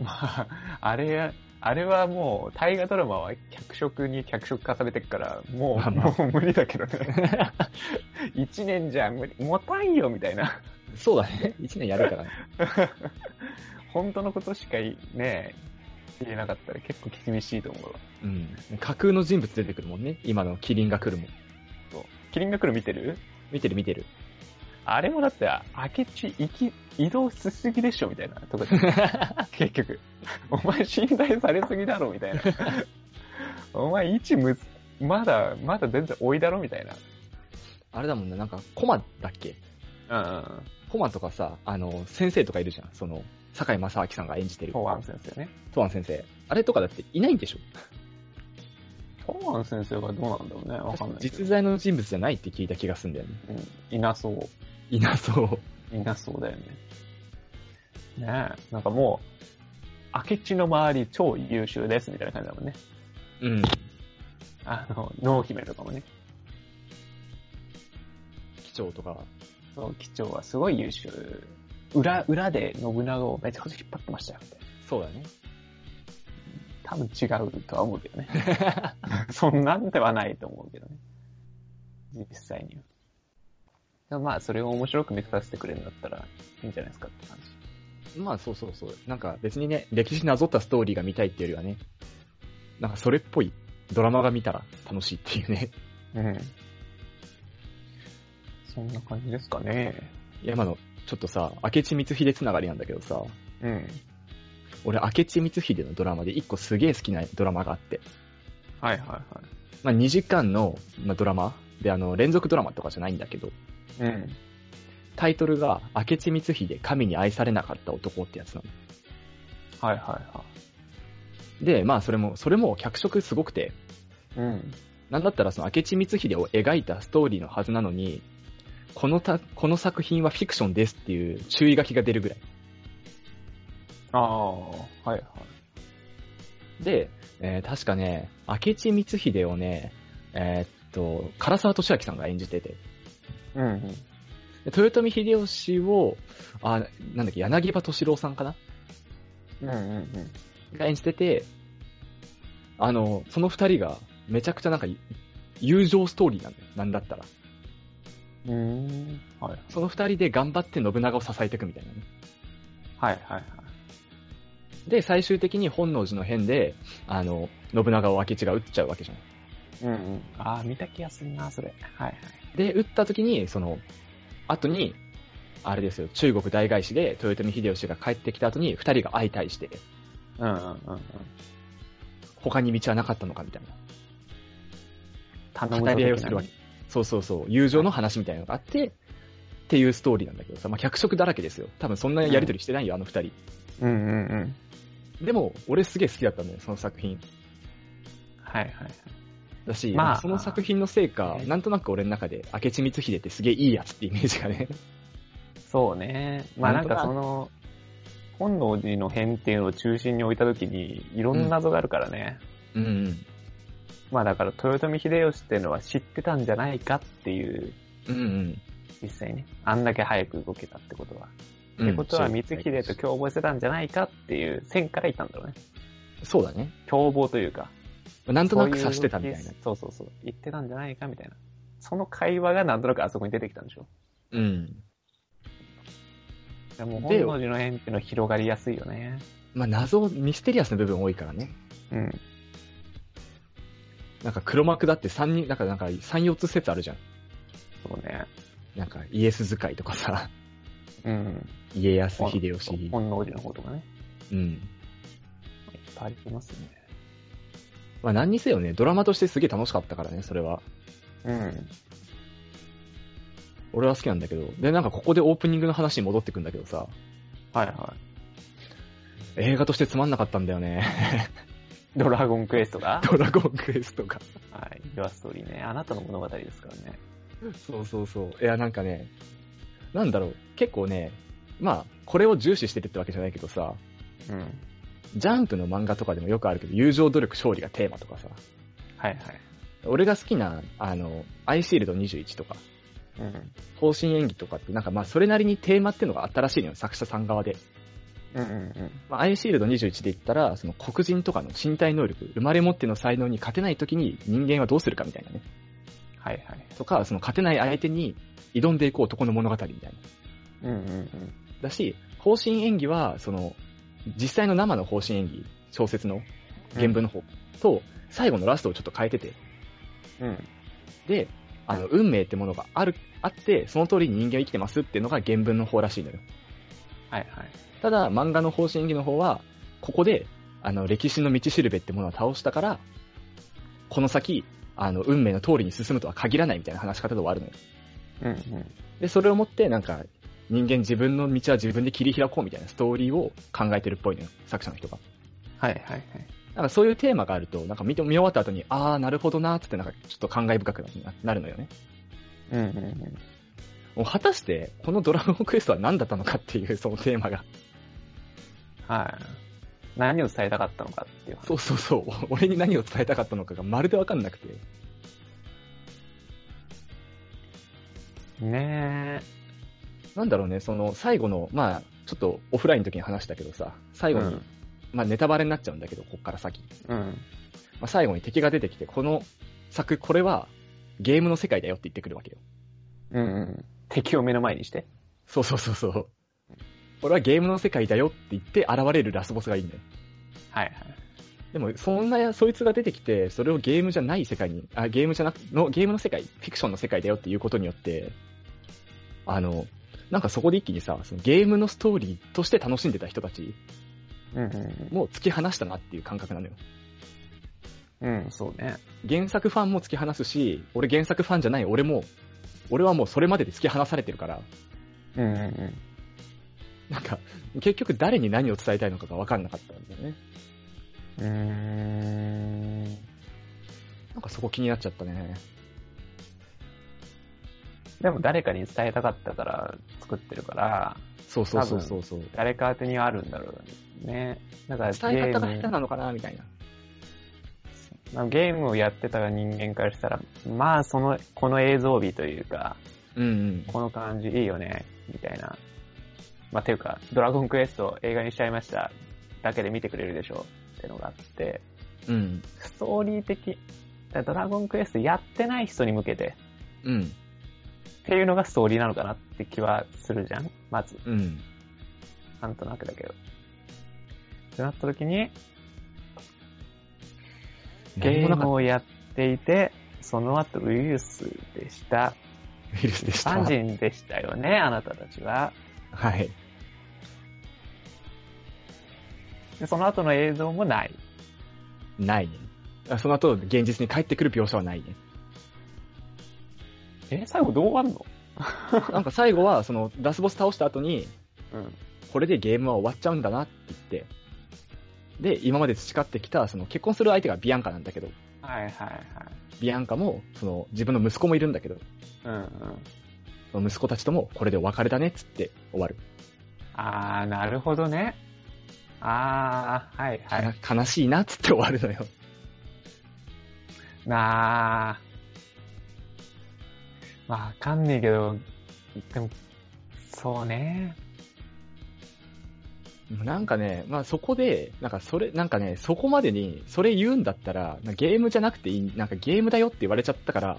A: まあ、あれ、あれはもう、大河ドラマは脚色に脚色重ねてくから、もう、
B: まあまあ
A: もう無理だけど ね。一年じゃ無理、もたんよみたいな。
B: そうだね。 一年やるからね。
A: 本当のことしかいね、言えなかったら結構厳しいと思うわ。
B: うん。架空の人物出てくるもんね。今のキリンが来るもん。
A: そうキリンが来る見てる
B: 見てる 見てる。
A: あれもだって、明智行き、移動しすぎでしょみたいなと こ結局。お前信頼されすぎだろみ たいな。お前位置むず、まだ、まだ全然多いだろみたい
B: あれだもんね、なんかコマだっけ
A: な。うん。
B: コマとかさ、あの、先生とかいるじゃん。その、坂井正明さんが演じてる。
A: 東安先生ね。
B: トワン先生。あれとかだっていないんでしょ
A: 東安先生がどうなんだろうね。わかんないけど。
B: 実在の人物じゃないって聞いた気がするんだよね。
A: うん。いなそう。
B: いなそう。
A: いなそうだよね。ねえ。なんかもう、明智の周り超優秀ですみたいな感じだもんね。
B: うん。
A: あの、濃姫とかもね。
B: 機長とか。
A: そう、機長はすごい優秀。裏、裏で信長をめちゃくちゃ引っ張ってましたよ。みたいな
B: そうだね。
A: 多分違うとは思う けどね。そんなんではないと思うけどね。実際には。でもまあ、それを面白く見させてくれるんだったらいいんじゃないですかって感じ。
B: まあそうそうそう。なんか別にね、歴史なぞったストーリーが見たいっていうよりはね、なんかそれっぽいドラマが見たら楽しいっていうね。
A: うん。そんな感じですかね。
B: いや、今の、ちょっとさ、明智光秀つながりなんだけどさ、
A: うん。
B: 俺明智光秀のドラマで一個すげえ好きなドラマがあって、
A: はいはいは
B: まあ2時間の、まあ、ドラマであの、連続ドラマとかじゃないんだけど、
A: い。うん。
B: タイトルが明智光秀神に愛されなかった男ってやつなの。
A: はいは
B: で、まあそれも、それも脚色すごくて、
A: いはい。うん。
B: なんだったらその明智光秀を描いたストーリーのはずなのに、このた、この作品はフィクションですっていう注意書きが出るぐらい。
A: ああ、はいはい。
B: で、えー確かね、明智光秀をね、えーっと、唐沢俊明さんが演じてて、
A: うん、うん。
B: で豊臣秀吉を、あ、なんだっけ、柳葉敏郎さんかな
A: うんうんうん。
B: が演じてて、あの、その二人がめちゃくちゃなんかい友情ストーリーなんだよ。なんだったら。
A: うーん。はい。
B: その二人で頑張って信長を支えていくみたいなね。
A: はいはいはい。
B: で、最終的に本能寺の変で、あの、信長を明智が撃っちゃうわけじゃん。
A: うんうん。ああ、見た気がするな、それ。はい
B: で、撃った時に、その、後に、あれですよ、中国大返しで豊臣秀吉が帰ってきた後に二人が相対して、
A: はい。うんうんうんうん。
B: 他に道はなかったのかみたいな。
A: 頼
B: 語り合いをするわけ。そうそうそう、友情の話みたいなのがあって、っていうストーリーなんだけどさ、まあ、脚色だらけですよ。多分そんなやりとりしてないよ、あの二人。
A: うんうんうん。
B: でも、俺すげえ好きだったんだよ、その作品。
A: はいはい。
B: だし、
A: まあ
B: その作品のせいか
A: ね、
B: なんとなく俺の中で、明智光秀ってすげえいいやつってイメージがね。
A: そうね。まあなんかその、本能寺の変っていうのを中心に置いたときに、いろんな謎があるからね。
B: うん。
A: まあだから豊臣秀吉っていうのは知ってたんじゃないかっていう、
B: うんうん。
A: 実際ね。あんだけ早く動けたってことは。
B: うん
A: ってことは、光秀と
B: そう
A: 共謀してたんじゃないかっていう線からいったんだろうね。
B: そうだね。
A: 共謀というか。
B: なんとなく
A: そういう
B: 察してたみたいな。
A: そうそうそう。言ってたんじゃないかみたいな。その会話がなんとなくあそこに出てきたんでしょ。
B: うん。
A: でもう
B: で
A: 本能寺の変っていうのは広がりやすいよね。
B: まあ、謎、ミステリアスな部分多いからね。
A: うん。
B: なんか黒幕だって3人、なんか、なんか3、4つ説あるじゃん。
A: そうね。
B: なんかイエス使いとかさ、
A: うん。
B: 家康、秀吉。
A: 本能寺の方とかね。
B: うん。
A: いっぱいありますね。
B: まあ何にせよね、ドラマとしてすげえ楽しかったからね、それは。
A: うん。
B: 俺は好きなんだけど。で、なんかここでオープニングの話に戻ってくんだけどさ、
A: はいは
B: 映画としてつまんなかったんだよ ね。
A: い。ドラゴンクエストが
B: ドラゴンクエストが。
A: はい。ヨアストーリーね。あなたの物語ですからね。
B: そうそうそう。いや、なんかね、なんだろう、結構ね、まあ、これを重視してるってわけじゃないけどさ、
A: うん。
B: ジャンプの漫画とかでもよくあるけど、友情努力勝利がテーマとかさ、
A: はいはい。
B: 俺が好きな、あの、アイシールド21とか、
A: うん。
B: 方針演技とかって、なんかまあ、それなりにテーマっていうのがあったらしいのよ、作者さん側で。
A: うんうん
B: まあ、アイシールド21で言ったら、その黒人とかの身体能力、生まれ持っての才能に勝てない時に人間はどうするかみたいなね。
A: うん。はいはい。
B: とか、その勝てない相手に挑んでいこう男の物語みたいな。
A: うんうんうん。
B: だし、方針演技は、その、実際の生の方針演技、小説の原文の方と、最後のラストをちょっと変えてて、
A: うん。
B: で、あの、運命ってものがある、あって、その通りに人間は生きてますっていうのが原文の方らしいのよ。
A: はいはい。
B: ただ、漫画の方針演技の方は、ここで、あの、歴史の道しるべってものを倒したから、この先、あの、運命の通りに進むとは限らないみたいな話し方で終わるのよ。
A: うんうん。
B: で、それをもって、なんか、人間自分の道は自分で切り開こうみたいなストーリーを考えてるっぽいのよ、作者の人が。
A: はいはいはい。
B: なんかそういうテーマがあると、なんか見て見終わった後に、あー、なるほどなーっつって、なんかちょっと感慨深くななるのよね。
A: うんうんうん。
B: もう果たして、このドラゴンクエストは何だったのかっていう、そのテーマが。
A: はい。何を伝えたかったのかっていう話。
B: そうそうそう、俺に何を伝えたかったのかがまるでわかんなくて。
A: ね
B: なんだろうね、その最後の、まあ、ちょっとオフラインの時に話したけどさ、
A: え。
B: 最後に、
A: うん。
B: まあネタバレになっちゃうんだけど、こっから先。
A: うん。
B: まあ最後に敵が出てきて、この作、これはゲームの世界だよって言ってくるわけよ。
A: うんうん。敵を目の前にして。
B: そうそうそうそう。これはゲームの世界だよって言って現れるラスボスがいいんだよ。
A: はいはい。
B: でも、そんな、そいつが出てきて、それをゲームじゃない世界に、あ、ゲームじゃなく、の、ゲームの世界、フィクションの世界だよっていうことによって、あの、なんかそこで一気にさ、そのゲームのストーリーとして楽しんでた人たち、
A: うんうん
B: もう突き放したなっていう感覚なのよ。
A: うん。うん、そうね。
B: 原作ファンも突き放すし、俺原作ファンじゃない、俺も、俺はもうそれまでで突き放されてるから、
A: うんうんうん。
B: なんか、結局誰に何を伝えたいのかが分かんなかったんだよね。
A: うーん。
B: なんかそこ気になっちゃったね。
A: でも誰かに伝えたかったから作ってるから、
B: そうそうそうそうそう。
A: 誰か宛てにあるんだろうね。だから
B: 伝え方が下手
A: ゲーム
B: なのかなみたいな。
A: まあゲームをやってた人間からしたら、まあその、この映像美というか、
B: うんうん。
A: この感じいいよね、みたいな。まあ、ていうか、ドラゴンクエストを映画にしちゃいましただけで見てくれるでしょうってのがあって、
B: うん。
A: ストーリー的、だからドラゴンクエストやってない人に向けて
B: うん。
A: っていうのがストーリーなのかなって気はするじゃんまず、
B: うん。
A: なんとなくだけど。ってなった時に、ゲ
B: 何も
A: ー
B: なか
A: ム
B: っ
A: をやっていて、その後ウイルスでした。
B: たウイルスで
A: 一
B: した。
A: 般人でしたよね、あなたたちは。
B: はい。
A: でその後の映像もない。
B: ないね。あその後、現実に帰ってくる描写はないね。
A: え、最後どうあんの
B: なんか最後は、その、ラスボス倒した後に、
A: うん。
B: これでゲームは終わっちゃうんだなって言って、で、今まで培ってきた、その、結婚する相手がビアンカなんだけど、
A: はいはいはい。
B: ビアンカも、その、自分の息子もいるんだけど、
A: うんうん。
B: その息子たちとも、これでお別れだねっつって終わる。
A: あー、なるほどね。あー、はいはい。
B: かな悲しいなっつって終わるのよ。
A: なあ。わかんねえけど、でも、そうね。
B: なんかね、まあそこで、なんかそれ、なんかね、そこまでに、それ言うんだったら、なんかゲームじゃなくていい、なんかゲームだよって言われちゃったから、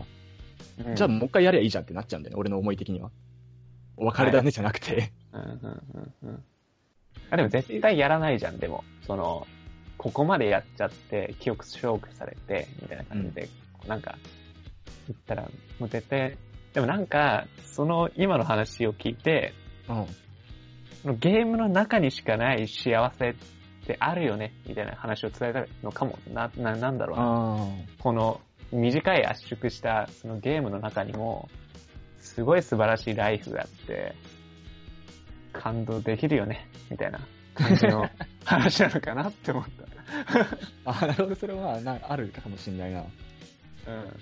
A: うん
B: じゃあもう一回やりゃいいじゃんってなっちゃうんだよね、俺の思い的には。お別れだねじゃなくて。
A: うんうんうんうん。あ、でも絶対やらないじゃん、でも。その、ここまでやっちゃって、記憶消去されて、みたいな感じで、なんか、言ったら、もう絶対、でもなんか、その今の話を聞いて、
B: うん。
A: そのゲームの中にしかない幸せってあるよね、みたいな話を伝えたのかも。な、な、なんだろうな。
B: あ
A: この短い圧縮したそのゲームの中にも、すごい素晴らしいライフがあって、感動できるよね、みたいな感じ の話なのかなって思っ
B: あ。なるほど、それは、な、あるかもしんないな。
A: た。うん。だか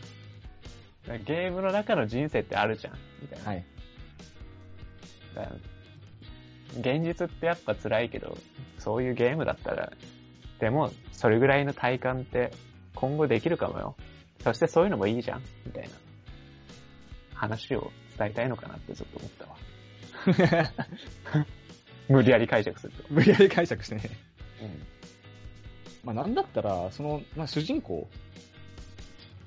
A: らゲームの中の人生ってあるじゃん、みたいな。
B: はい。
A: だから現実ってやっぱ辛いけど、そういうゲームだったら、でも、それぐらいの体感って今後できるかもよ。そしてそういうのもいいじゃん、みたいな話を伝えたいのかなってちょっと思ったわ。無理やり解釈すると。
B: 無理やり解釈してね。
A: う
B: まあなんだったら、その、まあ主人公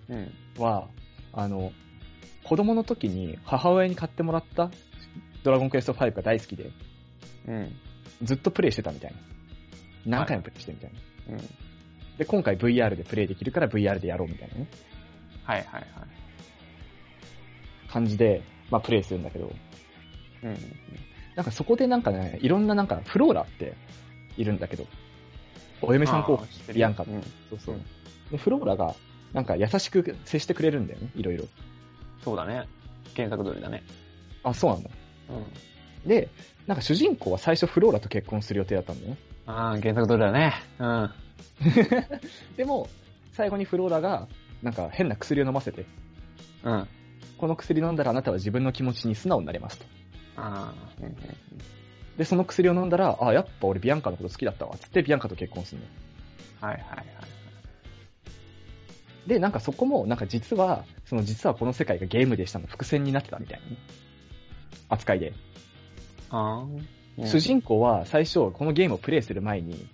A: ん。うん。
B: は、あの、子供の時に母親に買ってもらったドラゴンクエスト5が大好きで、
A: うん。
B: ずっとプレイしてたみたいな。何回もプレイしてみたい
A: う
B: な。
A: ん。
B: で、今回 VR でプレイできるから VR でやろうみたいなね、
A: はいはいはい。
B: 感じで、まあプレイするんだけど、
A: うん。
B: なんかそこでなんかね、いろんななんかフローラっているんだけど、お嫁さん候補
A: あー知ってる
B: ビアンカ
A: うん。
B: そうそう。で、フローラがなんか優しく接してくれるんだよね、いろいろ。
A: そうだね。原作通りだね。
B: あ、そうなんだ。
A: うん。
B: で、なんか主人公は最初フローラと結婚する予定だったんだよね。
A: ああ、原作通りだね。うん。
B: でも、最後にフローラが、なんか変な薬を飲ませて、
A: うん。あ
B: この薬飲んだらあなたは自分の気持ちに素直になれますと。
A: あー、うんうん
B: で、その薬を飲んだら、あ、やっぱ俺ビアンカのこと好きだったわ、つってビアンカと結婚するの。
A: はいはいはい。
B: で、なんかそこも、なんか実は、その実はこの世界がゲームでしたの伏線になってたみたいなね、扱いで。
A: ああ。
B: 主人公は最初、このゲームをプレイする前に、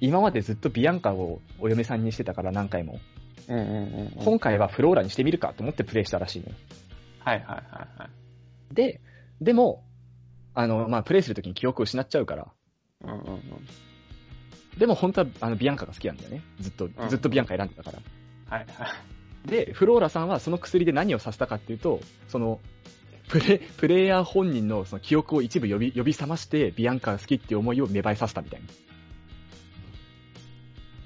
B: 今までずっとビアンカをお嫁さんにしてたから何回も、
A: うんうんうんうん。
B: 今回はフローラにしてみるかと思ってプレイしたらしいのよ。
A: はいはいはいはい。
B: で、でも、あの、まあ、プレイするときに記憶を失っちゃうから、
A: うんうんうん。
B: でも本当は、あの、ビアンカが好きなんだよね。ずっと
A: う、ん
B: ずっとビアンカ選んでたから。
A: はいはい。
B: で、フローラさんはその薬で何をさせたかっていうと、その、プレ、プレイヤー本人のその記憶を一部呼び、呼び覚まして、ビアンカが好きっていう思いを芽生えさせたみたいな。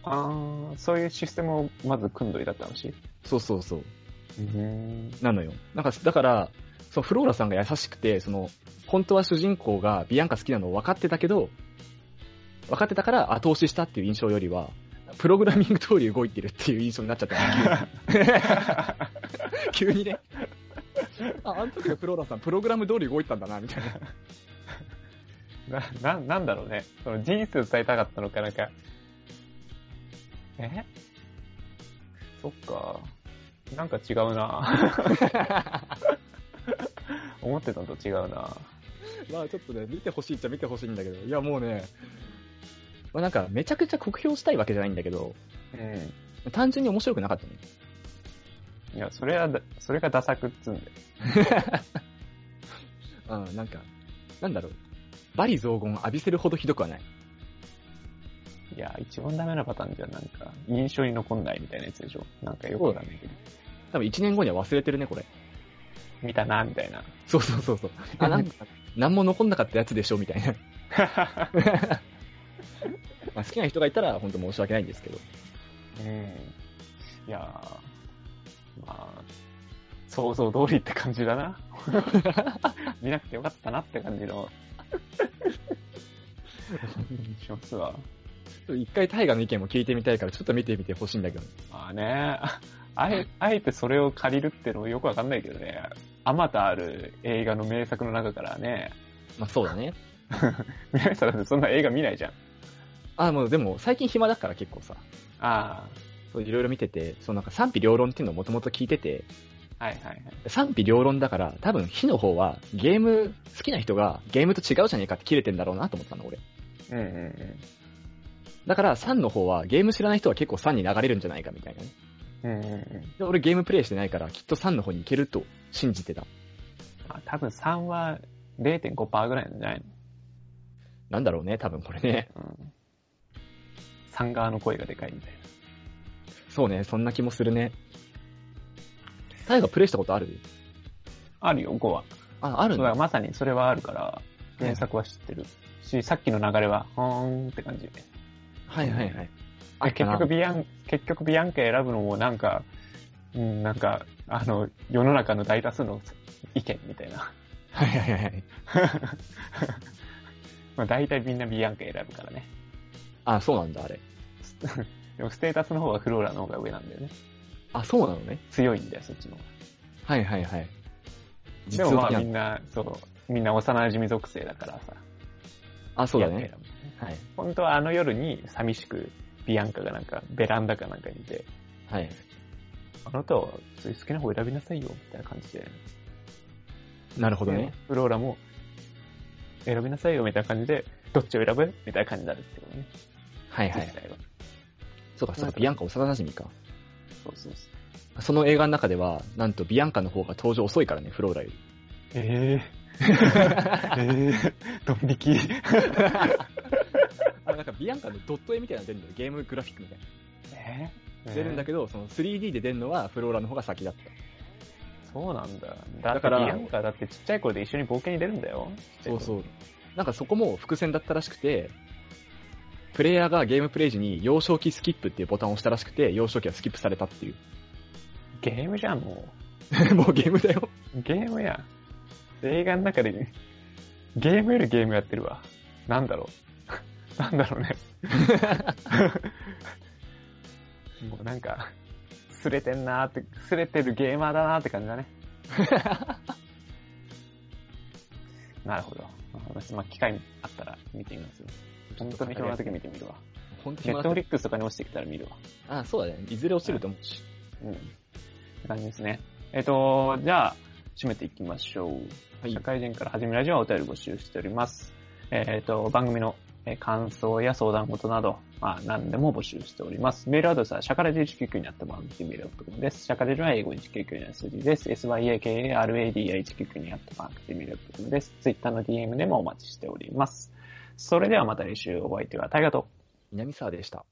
A: ああ、そういうシステムをまず組んどいたって話
B: そうそうそう。
A: うん。
B: なのよ。なんか、だから、そのフローラさんが優しくて、その、本当は主人公がビアンカ好きなのを分かってたけど、分かってたから後押ししたっていう印象よりは、プログラミング通 り動いてるっていう印象になっちゃった。急にね。あ、あの時のプローラさん、プログラム通り動いたんだな、みたいな。
A: な、な、なんだろうね。その事実を伝えたかったのかなんか。えそっか。なんか違うな 思ってたのと違うな
B: まあちょっとね、見てほしいっちゃ見てほしいんだけど、いやもうね、まあなんか、めちゃくちゃ酷評したいわけじゃないんだけど、
A: うん。
B: 単純に面白くなかったね。
A: いや、それはだ、それがダサくっつうんだよ。
B: うん、なんか、なんだろう。バリ雑言浴びせるほどひどくはない。
A: いや、一番ダメなパターンじゃん、なんか、印象に残んないみたいなやつでしょ。なんかよくわかんないけど。
B: 多分1年後には忘れてるね、これ。
A: 見たな、みたいな。
B: そうそうそうそう。あ、な んか、なんも残んなかったやつでしょ、みたいな。 まあ好きな人がいたら、本当申し訳ないんですけど。
A: うん。いやーまあ、想像通りって感じだ な。見なくてよかったなって感じのしますわ。
B: 一回大河の意見も聞いてみたいから、ちょっと見てみてほしいんだけど。
A: まあね、あえ、あえてそれを借りるってのもよくわかんないけどね。あまたある映画の名作の中からね、
B: まあそうだね。
A: 宮下さんってそんな映画見ないじゃん。
B: あ、もうでも、最近暇だから結構さ、
A: あ
B: そういろいろ見てて、そのなんか賛否両論っていうのをもともと聞いてて、
A: あ、はいはいはい。
B: 賛否両論だから、多分火の方はゲーム、好きな人がゲームと違うじゃねえかって切れてんだろうなと思ったの、俺。
A: うんうんうん。
B: だから、3の方はゲーム知らない人は結構3に流れるんじゃないかみたいなね。
A: うんうんうん
B: で俺ゲームプレイしてないから、きっと3の方に行けると信じてた。
A: まあ、多分3は0.5%ぐらいなんじゃないの
B: なんだろうね、多分これね。
A: うん。3側の声がでかいみたいな。
B: そうね、そんな気もするね。タイガープレイしたことある
A: あるよ、5は。
B: あ、ある
A: そう
B: ん
A: だ
B: だ。
A: まさにそれはあるから、原作は知ってるし、さっきの流れは、ほーんって感じ。で
B: はいはいはい。
A: 結局
B: あ
A: ビアン、結局ビアンカ選ぶのもなんか、うん、なんか、あの、世の中の大多数の意見みたいな。
B: はいはいはいはい。
A: まあ大体みんなビアンカ選ぶからね。
B: あ、そうなんだ、あれ。
A: でもステータスの方はフローラの方が上なんだよね。
B: あ、そうなのね。
A: 強いんだよ、そっちの方が。
B: はいはいはい。
A: で
B: 実
A: も
B: は
A: まあみんな、そう、みんな幼馴染属性だからさ。
B: あ、そうだ
A: ビアン
B: ね
A: カ。選ぶ。
B: はい。
A: 本当はあの夜に寂しく、ビアンカがなんか、ベランダかなんかにいて、
B: はい。
A: あなたはそういう好きな方選びなさいよ、みたいな感じで。
B: なるほどね
A: で。フローラも、選びなさいよ、みたいな感じで、どっちを選ぶみたいな感じになるってことね。
B: はいはい
A: 実。際は。
B: そうか、そう
A: なん
B: か、
A: か
B: ビアンカ幼馴染か。
A: そうそうそう。
B: その映画の中では、なんとビアンカの方が登場遅いからね、フローラより。
A: え ー、えー、ドン引き。
B: あ、なんかビアンカのドット絵みたいなの出るんだよ。ゲームグラフィックみたいな。
A: え
B: 出るんだけど、その 3D で出るのはフローラの方が先だった。
A: そうなんだ。だ
B: だ
A: か、
B: からら
A: ビアンカだってちっちゃい頃で一緒に冒険に出るんだよ。。
B: そうそうう。なんかそこも伏線だったらしくて、プレイヤーがゲームプレイ時に幼少期スキップっていうボタンを押したらしくて、幼少期はスキップされたっていう。
A: ゲームじゃん、も
B: もうゲームだよ。
A: う。ゲームや。映画の中で、ゲームよりゲームやってるわ。なんだろう。 なんだろうね。もうなんか、すれてんなーって、すれてるゲーマーだなーって感じだね。なるほど。私、まあ、機会あったら見てみますよ。本当に暇な時見てみるわ。
B: 本当
A: ネ
B: に
A: ット
B: 暇だ
A: フリ
B: っ
A: ックスとかに落ちてきたら見るわ。
B: たあ、そうだね。いずれ落ちると思うし。
A: うん。って感じですね。えっ、と、じゃあ、締めていきましょう。
B: はい
A: 社。会人から始めラジオはお便り募集しております。えっ、と、番組のえー感想や相談事など、まあ、何でも募集しております。メールアドレスは、シャカラジ199になってもらってメールアドレスです。シャカラジは英語199の数字です。syakaradia199 になってもらってメールアドレスです。ツイッターの DM でもお待ちしております。それではまた来週お相手はタイガと。
B: 南沢でした。